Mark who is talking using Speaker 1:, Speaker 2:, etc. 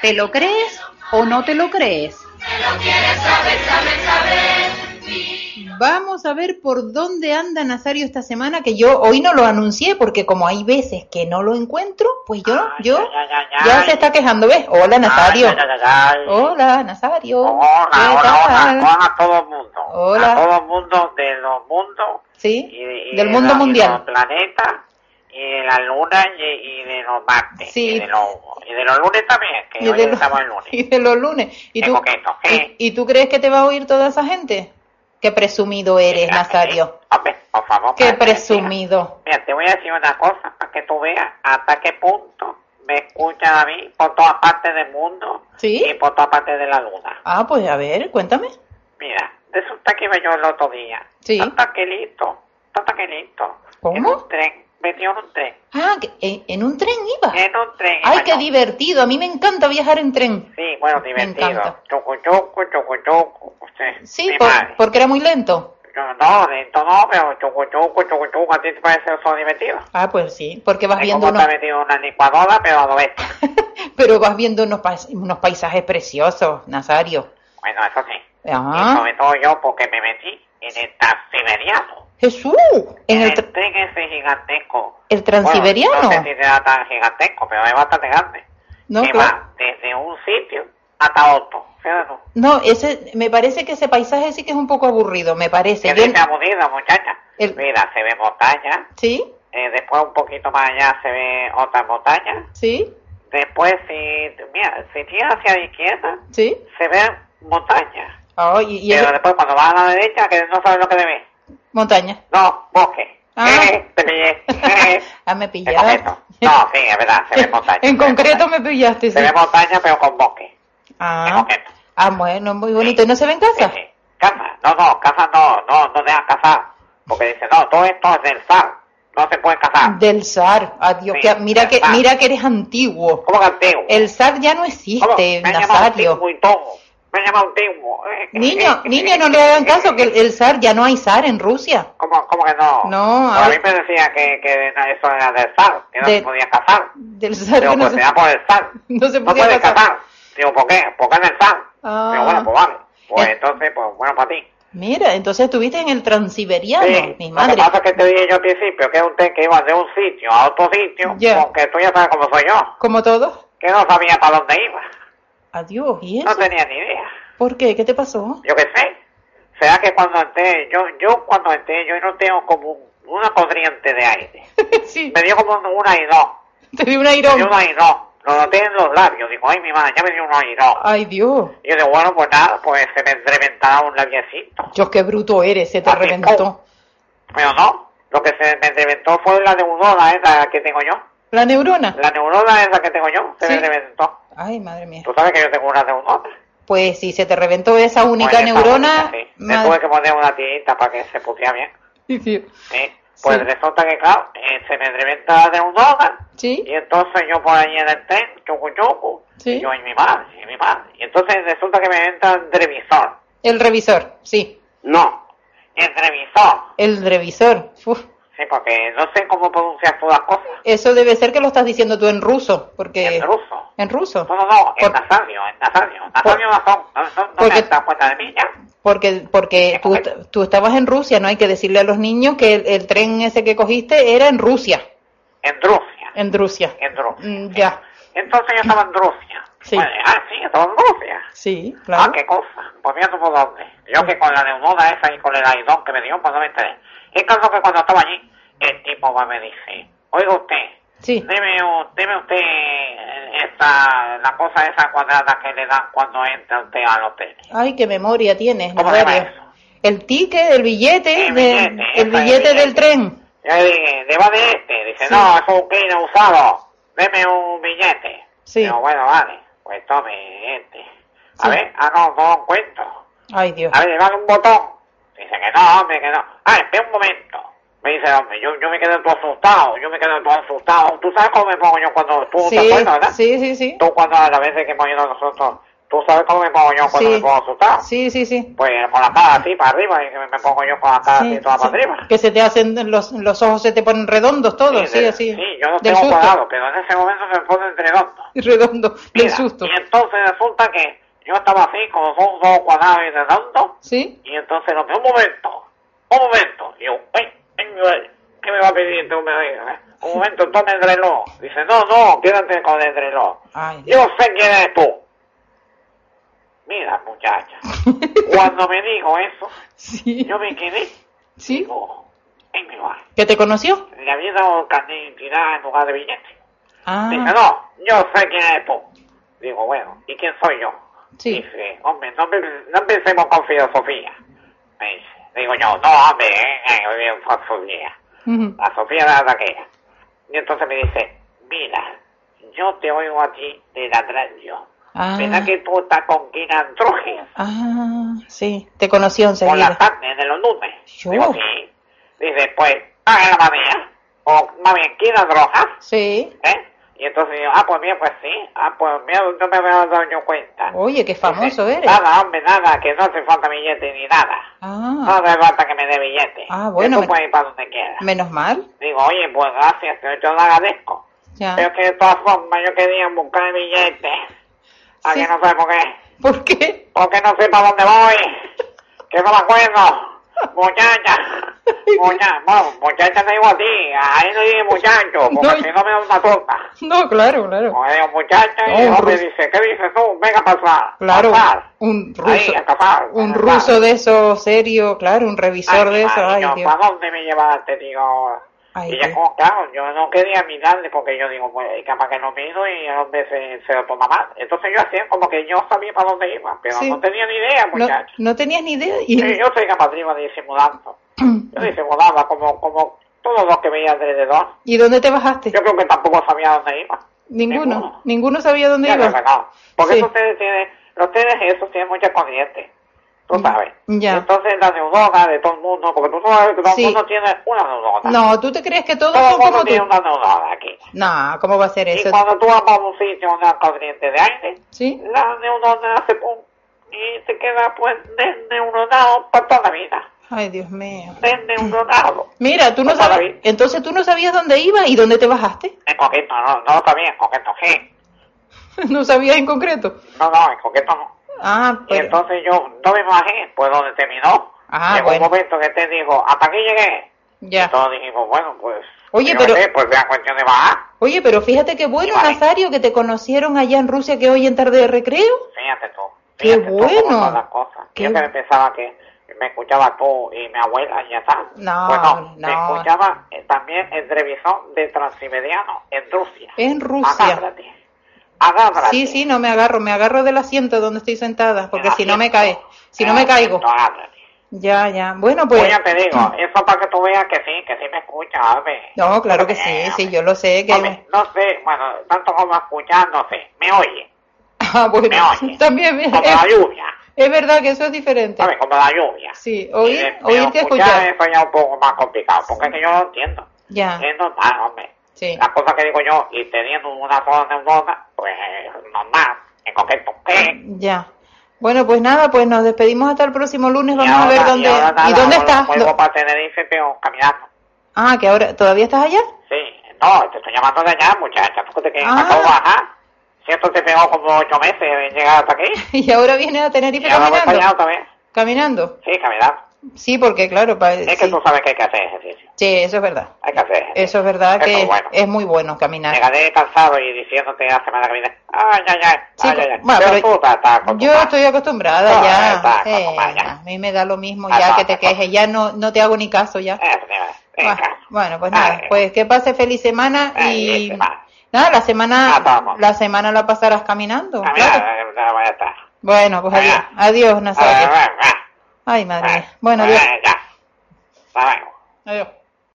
Speaker 1: ¿Te lo crees o no te lo crees? Vamos a ver por dónde anda Nazario esta semana, que yo hoy no lo anuncié, porque como hay veces que no lo encuentro, pues yo,
Speaker 2: Ay,
Speaker 1: yo,
Speaker 2: ay, ay, ay.
Speaker 1: ya se está quejando, ¿ves?
Speaker 2: Ah,
Speaker 1: Hola Nazario.
Speaker 2: Ay, ay, ay, ay.
Speaker 1: Hola Nazario.
Speaker 2: Hola,
Speaker 1: ¿Qué
Speaker 2: hola,
Speaker 1: tal?
Speaker 2: hola, hola a todo el mundo.
Speaker 1: Hola.
Speaker 2: A todo el mundo de los mundos.
Speaker 1: Sí,
Speaker 2: y de- y
Speaker 1: del
Speaker 2: de
Speaker 1: mundo
Speaker 2: los- y de
Speaker 1: mundial.
Speaker 2: los planetas, y de la luna, y, y de los martes.
Speaker 1: Sí.
Speaker 2: Y de los, y de los lunes también, que hoy
Speaker 1: los,
Speaker 2: estamos el lunes.
Speaker 1: y de los lunes. ¿Y
Speaker 2: Qué
Speaker 1: tú,
Speaker 2: coqueto, ¿eh?
Speaker 1: y, y tú crees que te va a oír toda esa gente? Qué presumido eres,
Speaker 2: Mira,
Speaker 1: Nazario.
Speaker 2: eh, Hombre, por favor.
Speaker 1: Qué
Speaker 2: para que mira.
Speaker 1: presumido.
Speaker 2: Mira, te voy a decir una cosa para que tú veas hasta qué punto me escuchan a mí por todas partes del mundo
Speaker 1: ¿Sí?
Speaker 2: y por todas partes de la luna.
Speaker 1: Ah, pues a ver, cuéntame.
Speaker 2: Mira, resulta que iba yo el otro día.
Speaker 1: Sí.
Speaker 2: Tan tranquilito, tan tranquilito.
Speaker 1: ¿Cómo?
Speaker 2: En un tren, metido en un tren.
Speaker 1: Ah, que en, en un tren iba.
Speaker 2: En un tren.
Speaker 1: Ah. Ay,
Speaker 2: iba
Speaker 1: qué
Speaker 2: yo.
Speaker 1: divertido. A mí me encanta viajar en tren.
Speaker 2: Sí, bueno,
Speaker 1: encanta.
Speaker 2: divertido. Choco, choco, choco, choco. Usted,
Speaker 1: Sí,
Speaker 2: mi
Speaker 1: por-
Speaker 2: madre.
Speaker 1: porque era muy lento.
Speaker 2: Yo, no, lento no, pero choco, choco, choco, choco. ¿A ti te parece eso divertido?
Speaker 1: Ah, pues sí, porque vas
Speaker 2: Es
Speaker 1: viendo
Speaker 2: como
Speaker 1: unos,
Speaker 2: está metido en una licuadora, pero a lo bestia.
Speaker 1: pero vas viendo unos, pais- unos paisajes preciosos, Nazario.
Speaker 2: Bueno, eso sí. Y
Speaker 1: Ah,
Speaker 2: sobre todo yo porque me metí en el transiberiano.
Speaker 1: Jesús, en
Speaker 2: En
Speaker 1: el,
Speaker 2: el,
Speaker 1: tr-
Speaker 2: tren ese gigantesco.
Speaker 1: el
Speaker 2: Bueno,
Speaker 1: transiberiano.
Speaker 2: no sé si será tan gigantesco, pero es bastante grande.
Speaker 1: No,
Speaker 2: que
Speaker 1: claro.
Speaker 2: va desde un sitio hasta otro. Fíjate tú.
Speaker 1: No, ese, me parece que ese paisaje sí que es un poco aburrido, me parece.
Speaker 2: Qué
Speaker 1: Yo-
Speaker 2: linda aburrida, muchacha.
Speaker 1: El-
Speaker 2: Mira, se ve montaña.
Speaker 1: sí,
Speaker 2: eh, después un poquito más allá se ve otra montaña.
Speaker 1: sí,
Speaker 2: Después, si, mira, si tiras hacia la izquierda,
Speaker 1: sí.
Speaker 2: se ve montaña.
Speaker 1: Ah, y, y
Speaker 2: pero
Speaker 1: eso-
Speaker 2: después cuando vas a la derecha, que no sabes lo que te ves.
Speaker 1: montaña.
Speaker 2: No, bosque.
Speaker 1: Ah.
Speaker 2: Eh, te pillé. Eh,
Speaker 1: ah, me
Speaker 2: en
Speaker 1: pillaste.
Speaker 2: concreto. No, sí, es verdad, se ve montaña.
Speaker 1: en
Speaker 2: se ve
Speaker 1: concreto
Speaker 2: montaña.
Speaker 1: me pillaste, sí.
Speaker 2: Se ve montaña, pero con bosque. En
Speaker 1: Ah,
Speaker 2: concreto.
Speaker 1: ah, bueno, muy bonito. ¿Y no se ven
Speaker 2: eh. Sí,
Speaker 1: casas?
Speaker 2: sí. Casa. Eh, No, no, casa no, no, no dejan casar. Porque dicen, no, todo esto es del SAR. No se puede casar.
Speaker 1: Del SAR. Adiós,
Speaker 2: Ah. Sí,
Speaker 1: que- mira,
Speaker 2: del
Speaker 1: que,
Speaker 2: SAR.
Speaker 1: mira que eres antiguo.
Speaker 2: ¿Cómo que antiguo?
Speaker 1: El SAR ya no
Speaker 2: ¿Cómo?
Speaker 1: existe,
Speaker 2: Me han llamado
Speaker 1: Nazario.
Speaker 2: antiguo y todo. Me han llamado antiguo. Eh,
Speaker 1: Niño,
Speaker 2: eh,
Speaker 1: niño,
Speaker 2: eh,
Speaker 1: no le
Speaker 2: eh,
Speaker 1: hagan
Speaker 2: eh,
Speaker 1: caso, que el, el SAR ya no hay SAR en Rusia.
Speaker 2: ¿Cómo, cómo que no?
Speaker 1: No,
Speaker 2: Pues a mí
Speaker 1: ahora-
Speaker 2: me decían que, que no, eso era del SAR, que no
Speaker 1: De-
Speaker 2: se podía casar.
Speaker 1: Del SAR
Speaker 2: Pero
Speaker 1: que no
Speaker 2: pues
Speaker 1: se,
Speaker 2: será por el SAR.
Speaker 1: no se
Speaker 2: No
Speaker 1: podía
Speaker 2: puede
Speaker 1: casar.
Speaker 2: casar. Digo, ¿por qué? ¿Por qué en el SAR?
Speaker 1: Ah.
Speaker 2: Digo, bueno, pues vale. Pues
Speaker 1: Eh.
Speaker 2: entonces, pues bueno para ti.
Speaker 1: Mira, entonces estuviste en el transiberiano,
Speaker 2: Sí,
Speaker 1: mi
Speaker 2: Lo que
Speaker 1: madre.
Speaker 2: pasa es que te dije yo al principio que es un tren que iba de un sitio a otro sitio,
Speaker 1: Ya.
Speaker 2: porque tú ya sabes cómo soy yo,
Speaker 1: Como todos.
Speaker 2: que no sabía para dónde iba.
Speaker 1: Adiós, ¿y eso?
Speaker 2: No tenía ni idea.
Speaker 1: ¿Por qué? ¿Qué te pasó?
Speaker 2: Yo qué sé. Será que cuando entré, yo, yo cuando entré, yo no tengo como un- una corriente de aire.
Speaker 1: sí,
Speaker 2: Me dio como un- un airón.
Speaker 1: te dio un
Speaker 2: Me
Speaker 1: airón.
Speaker 2: dio un airón. Lo noté en los labios. Digo, ay, mi madre, ya me dio un airón.
Speaker 1: Ay, Dios.
Speaker 2: Y yo digo, bueno, pues nada, pues se me reventará un labiecito.
Speaker 1: Dios, qué bruto eres, se te
Speaker 2: Así,
Speaker 1: reventó.
Speaker 2: Pero no, lo que se me reventó fue la neurona esa que tengo yo.
Speaker 1: ¿La neurona?
Speaker 2: La neurona esa que tengo yo se
Speaker 1: Sí.
Speaker 2: me reventó.
Speaker 1: Ay, madre mía.
Speaker 2: Tú sabes que yo tengo una neurona.
Speaker 1: Pues si se te reventó esa única
Speaker 2: Pues esa
Speaker 1: neurona...
Speaker 2: única, sí. Le
Speaker 1: madre-
Speaker 2: tuve que poner una tirita para que se pusiera bien.
Speaker 1: Sí, sí.
Speaker 2: ¿sí? Pues
Speaker 1: Sí.
Speaker 2: resulta que, claro, eh, se me reventa la neurona.
Speaker 1: ¿Sí?
Speaker 2: Y entonces yo por ahí en el tren, chucu chucu.
Speaker 1: Sí.
Speaker 2: Y yo, y mi madre, y mi madre. Y entonces resulta que me entra el revisor.
Speaker 1: El revisor, sí.
Speaker 2: No, el revisor.
Speaker 1: El revisor. Uf,
Speaker 2: Sí, porque no sé cómo pronuncias tú las cosas.
Speaker 1: Eso debe ser que lo estás diciendo tú en ruso, porque...
Speaker 2: En ruso. Ah.
Speaker 1: ¿En ruso?
Speaker 2: No, no, no,
Speaker 1: Por-
Speaker 2: en Nazario, en Nazario. Nazario no son, no, no, no
Speaker 1: Porque-
Speaker 2: te das cuenta de mí, ¿ya?
Speaker 1: Porque, porque tú, tú estabas en Rusia, ¿no? Hay que decirle a los niños que el, el tren ese que cogiste era en Rusia.
Speaker 2: En Rusia,
Speaker 1: En Rusia.
Speaker 2: en Rusia.
Speaker 1: Mm, Ya.
Speaker 2: Entonces yo estaba en Rusia.
Speaker 1: Sí.
Speaker 2: Bueno, ah, sí, estaba en Rusia.
Speaker 1: Sí, claro.
Speaker 2: Ah, qué cosa. Pues mira tú por dónde. Yo que con la neumoda esa y con el aidón que me dio, pues no me enteré. Es caso que cuando estaba allí, el tipo va y me dice, oiga usted,
Speaker 1: Sí.
Speaker 2: deme, u- deme usted eh, esta, la cosa esa cuadrada que le dan cuando entra usted al hotel.
Speaker 1: Ay, qué memoria tienes,
Speaker 2: ¿Cómo
Speaker 1: Nazario.
Speaker 2: se llama eso?
Speaker 1: El ticket, el billete,
Speaker 2: El
Speaker 1: de-
Speaker 2: billete,
Speaker 1: el
Speaker 2: esa, el
Speaker 1: billete del
Speaker 2: billete.
Speaker 1: tren.
Speaker 2: Yo le dije, ¿de va de este?
Speaker 1: Sí.
Speaker 2: Dice, no, es un clino usado. Deme un billete.
Speaker 1: Sí.
Speaker 2: Digo, bueno, vale. Pues tome este. A
Speaker 1: Sí.
Speaker 2: ver, ah, no, no lo encuentro.
Speaker 1: Ay, Dios.
Speaker 2: A ver, le dan un botón. Dice que no, hombre, que no. Ah, espera un momento. Me dice, hombre, yo, yo me quedé todo asustado. Yo me quedé todo asustado. Tú sabes cómo me pongo yo cuando tú
Speaker 1: Sí,
Speaker 2: te acuerdas, ¿verdad?
Speaker 1: sí, sí, sí.
Speaker 2: Tú cuando a las veces que hemos ido nosotros, Tú sabes cómo me pongo yo cuando
Speaker 1: Sí.
Speaker 2: me pongo asustado.
Speaker 1: Sí, sí, sí.
Speaker 2: Pues con la cara así para arriba, y me- me pongo yo con la cara
Speaker 1: Sí,
Speaker 2: así toda
Speaker 1: sí.
Speaker 2: para arriba.
Speaker 1: Que se te hacen, los, los ojos se te ponen redondos todos, sí,
Speaker 2: de-
Speaker 1: así.
Speaker 2: sí, yo no
Speaker 1: del
Speaker 2: tengo
Speaker 1: susto.
Speaker 2: cuadrado, pero en ese momento se me pone entre dos.
Speaker 1: Redondo, del
Speaker 2: Mira,
Speaker 1: susto.
Speaker 2: Y entonces resulta que yo estaba así, con los ojos todos cuadrados y redondos,
Speaker 1: ¿Sí?
Speaker 2: y entonces lo que, un momento, un momento. Y yo, ay, ay, ay, ¿qué me va a pedir? Entonces me dice, un momento, toma el reloj. Dice, no, no, quédate con el reloj.
Speaker 1: Ay.
Speaker 2: Yo sé quién eres tú. Mira, muchacha, cuando me dijo eso,
Speaker 1: sí.
Speaker 2: yo me quedé,
Speaker 1: ¿Sí?
Speaker 2: digo, en mi bar.
Speaker 1: ¿Que te conoció?
Speaker 2: Le había dado cantidad en lugar de billetes. Dice,
Speaker 1: Ah,
Speaker 2: no, yo sé quién eres tú. Digo, bueno, ¿y quién soy yo?
Speaker 1: sí.
Speaker 2: Dice, hombre, no, empe- no empecemos con filosofía. Me dice, digo yo, no, hombre, eh, eh, filosofía.
Speaker 1: Ujú.
Speaker 2: La Sofía era la que era. Y entonces me dice, mira, yo te oigo a ti de la radio.
Speaker 1: Ah,
Speaker 2: ¿Verdad que tú estás con Kina Andrúgil?
Speaker 1: ah, sí. Te conoció
Speaker 2: Por la
Speaker 1: enseguida.
Speaker 2: tarde de los lunes.
Speaker 1: Yo.
Speaker 2: Digo, sí. Dice, pues, haga la mamía. O mami, Kina Androjas.
Speaker 1: Sí.
Speaker 2: ¿Eh? Y entonces digo, ah, pues bien, pues sí. Ah, pues mira, no me había dado yo cuenta.
Speaker 1: Oye, qué famoso
Speaker 2: Dice,
Speaker 1: eres.
Speaker 2: Nada, hombre, nada, que no hace falta billete ni nada.
Speaker 1: Ah,
Speaker 2: No hace falta que me dé billete.
Speaker 1: Ah, bueno,
Speaker 2: Que
Speaker 1: me-
Speaker 2: Tú puedes ir para donde quieras.
Speaker 1: menos mal.
Speaker 2: Digo, oye, pues gracias, yo te lo agradezco. Pero
Speaker 1: Ya.
Speaker 2: que de todas formas yo quería buscar el billete. A
Speaker 1: Sí.
Speaker 2: que no sé por qué.
Speaker 1: ¿Por qué?
Speaker 2: Porque no sé para dónde voy. Que no me acuerdo. Muchacha. Muchacha, bueno, muchacha te digo a ti. Ahí no dije muchacho, porque
Speaker 1: No.
Speaker 2: si no me da una torta.
Speaker 1: No, claro, claro.
Speaker 2: Oye, muchacha, y el
Speaker 1: No, un
Speaker 2: hombre
Speaker 1: ruso.
Speaker 2: dice, ¿qué dices tú? Venga a pasar.
Speaker 1: Claro,
Speaker 2: Pasar.
Speaker 1: un
Speaker 2: Ah, Ahí, ah.
Speaker 1: ruso.
Speaker 2: a pasar.
Speaker 1: Un
Speaker 2: a
Speaker 1: ruso
Speaker 2: pasar.
Speaker 1: de eso serio, claro, un revisor de eso. Ay,
Speaker 2: niño,
Speaker 1: Dios.
Speaker 2: ¿Para dónde me llevaste? Digo,
Speaker 1: Ay,
Speaker 2: y ya
Speaker 1: Dios.
Speaker 2: como, claro, yo no quería mirarle porque yo digo, pues capaz que lo miro y a hombre se, se lo toma mal. Entonces yo hacía como que yo sabía para dónde iba, pero
Speaker 1: Sí.
Speaker 2: no tenía ni idea,
Speaker 1: No,
Speaker 2: muchacho.
Speaker 1: no tenías ni idea. Y...
Speaker 2: Sí, yo soy capaz de ir disimulando. Yo disimulaba como, como todos los que veía alrededor.
Speaker 1: ¿Y dónde te bajaste?
Speaker 2: Yo creo que tampoco sabía dónde iba.
Speaker 1: Ninguno.
Speaker 2: ninguno.
Speaker 1: Ninguno sabía dónde
Speaker 2: Ya
Speaker 1: ibas.
Speaker 2: creo que no. Porque
Speaker 1: Sí.
Speaker 2: eso ustedes tienen, los ustedes esos tienen muchas corrientes. Tú sabes.
Speaker 1: Mm, Ya.
Speaker 2: Entonces la neurona de todo el mundo, porque tú sabes que todo
Speaker 1: Sí.
Speaker 2: el mundo tiene una neurona.
Speaker 1: No, ¿tú te crees que todos
Speaker 2: Todo
Speaker 1: son
Speaker 2: el mundo
Speaker 1: como tú?
Speaker 2: tiene una neurona aquí.
Speaker 1: No, ¿cómo va a ser eso?
Speaker 2: Y cuando tú vas a un sitio, una corriente de aire,
Speaker 1: ¿Sí?
Speaker 2: la neurona hace pum y te queda pues desneuronado para toda la vida.
Speaker 1: Ay, Dios mío.
Speaker 2: Desneuronado.
Speaker 1: Mira, tú no
Speaker 2: No para
Speaker 1: sabes.
Speaker 2: mí.
Speaker 1: Entonces tú no sabías dónde ibas y dónde te bajaste.
Speaker 2: En coqueto, no, no lo sabía, en coqueto, sí.
Speaker 1: No sabías en concreto.
Speaker 2: No, no, en coqueto no.
Speaker 1: Ah,
Speaker 2: Y
Speaker 1: pero-
Speaker 2: entonces yo no me bajé, pues donde terminó.
Speaker 1: Ah,
Speaker 2: Llegó
Speaker 1: bueno.
Speaker 2: un momento que te dijo, hasta aquí llegué.
Speaker 1: ya.
Speaker 2: Entonces dijimos, bueno, pues.
Speaker 1: Oye,
Speaker 2: yo
Speaker 1: pero-
Speaker 2: qué sé, pues vean cuestión de bajar.
Speaker 1: Oye, pero fíjate qué bueno,
Speaker 2: Vale.
Speaker 1: Nazario, que te conocieron allá en Rusia que hoy en tarde de recreo.
Speaker 2: Fíjate tú.
Speaker 1: Qué
Speaker 2: fíjate tú cómo
Speaker 1: bueno.
Speaker 2: son las cosas.
Speaker 1: Qué
Speaker 2: Yo que
Speaker 1: bueno.
Speaker 2: pensaba que me escuchaba tú y mi abuela y ya está.
Speaker 1: No,
Speaker 2: pues no, Me
Speaker 1: no.
Speaker 2: escuchaba eh, también el revisor de Transiberiano en Rusia.
Speaker 1: En Rusia.
Speaker 2: Agárrate. Agárrate.
Speaker 1: Sí, sí, no me agarro. Me agarro del asiento donde estoy sentada, porque
Speaker 2: Del
Speaker 1: si no me cae.
Speaker 2: asiento. Ah,
Speaker 1: Si no me
Speaker 2: Del
Speaker 1: caigo.
Speaker 2: asiento, agárrate.
Speaker 1: Ya, ya. Bueno, pues.
Speaker 2: Oye, te digo, eso para que tú veas que sí, que sí me escucha, Albe.
Speaker 1: No, claro que sí,
Speaker 2: Eh,
Speaker 1: sí, yo lo sé. que
Speaker 2: Hombre, no sé, bueno, tanto como escuchar, no sé, me oye,
Speaker 1: Ah, bueno,
Speaker 2: me oye.
Speaker 1: también es,
Speaker 2: como la lluvia,
Speaker 1: es verdad que eso es diferente.
Speaker 2: ¿sabes? Como la lluvia.
Speaker 1: Sí,
Speaker 2: Y de-
Speaker 1: oír,
Speaker 2: pero
Speaker 1: oírte escuchar.
Speaker 2: Eso ya es un poco más complicado, porque es que yo lo entiendo.
Speaker 1: Ya,
Speaker 2: Es normal, hombre.
Speaker 1: Ah. sí.
Speaker 2: La cosa que digo yo, y teniendo una sola neurona, pues es normal, en concreto, ¿qué?
Speaker 1: Ah, Ya. Bueno, pues nada, pues nos despedimos hasta el próximo lunes.
Speaker 2: Y
Speaker 1: Vamos a
Speaker 2: ahora-
Speaker 1: ver dónde.
Speaker 2: Y, ahora nada,
Speaker 1: ¿Y dónde
Speaker 2: ahora
Speaker 1: estás?
Speaker 2: Vuelvo
Speaker 1: Do-
Speaker 2: para Tenerife, pero caminando.
Speaker 1: Ah, que ahora. ¿Todavía estás allá?
Speaker 2: Sí, no, te estoy llamando de allá, muchacha, porque te
Speaker 1: Ah.
Speaker 2: acabo de bajar. Si esto te pegó como ocho meses de llegar hasta aquí,
Speaker 1: Y ahora vienes a Tenerife
Speaker 2: y ahora voy para allá
Speaker 1: caminando.
Speaker 2: otra vez.
Speaker 1: Caminando.
Speaker 2: Sí, caminando.
Speaker 1: Sí, porque claro, pa-
Speaker 2: Es que
Speaker 1: sí.
Speaker 2: tú sabes que hay que hacer ejercicio.
Speaker 1: Sí, eso es verdad.
Speaker 2: Hay que hacer ejercicio.
Speaker 1: Eso es verdad
Speaker 2: Eso
Speaker 1: que
Speaker 2: es bueno.
Speaker 1: es muy bueno caminar.
Speaker 2: Llegaré cansado y diciéndote la semana que viene, ay, ay, ay,
Speaker 1: Sí,
Speaker 2: ay, ay, ay.
Speaker 1: bueno,
Speaker 2: Pero
Speaker 1: pero
Speaker 2: tú estás- estás con tu
Speaker 1: Yo
Speaker 2: madre.
Speaker 1: estoy acostumbrada
Speaker 2: No,
Speaker 1: ya.
Speaker 2: está
Speaker 1: Eh,
Speaker 2: acostumbrada.
Speaker 1: a mí me da lo mismo
Speaker 2: Ah,
Speaker 1: ya
Speaker 2: no,
Speaker 1: que te
Speaker 2: está
Speaker 1: quejes. Ya no, no te hago ni caso ya.
Speaker 2: Eso te iba a decir.
Speaker 1: Bueno,
Speaker 2: Eh, pues, Venga.
Speaker 1: bueno, pues nada,
Speaker 2: Ay,
Speaker 1: pues que pase feliz semana
Speaker 2: Ay, este,
Speaker 1: y
Speaker 2: feliz semana.
Speaker 1: nada, la semana
Speaker 2: Ah, vamos.
Speaker 1: la semana la pasarás caminando.
Speaker 2: a mí
Speaker 1: claro.
Speaker 2: no- no- no eh, voy a estar.
Speaker 1: Bueno, pues adiós,
Speaker 2: Ah.
Speaker 1: adiós Nazario.
Speaker 2: Ah, ah, ah,
Speaker 1: Ay, madre
Speaker 2: ah.
Speaker 1: mía. Bueno,
Speaker 2: Ah,
Speaker 1: adiós.
Speaker 2: ya. Hasta luego.
Speaker 1: Adiós.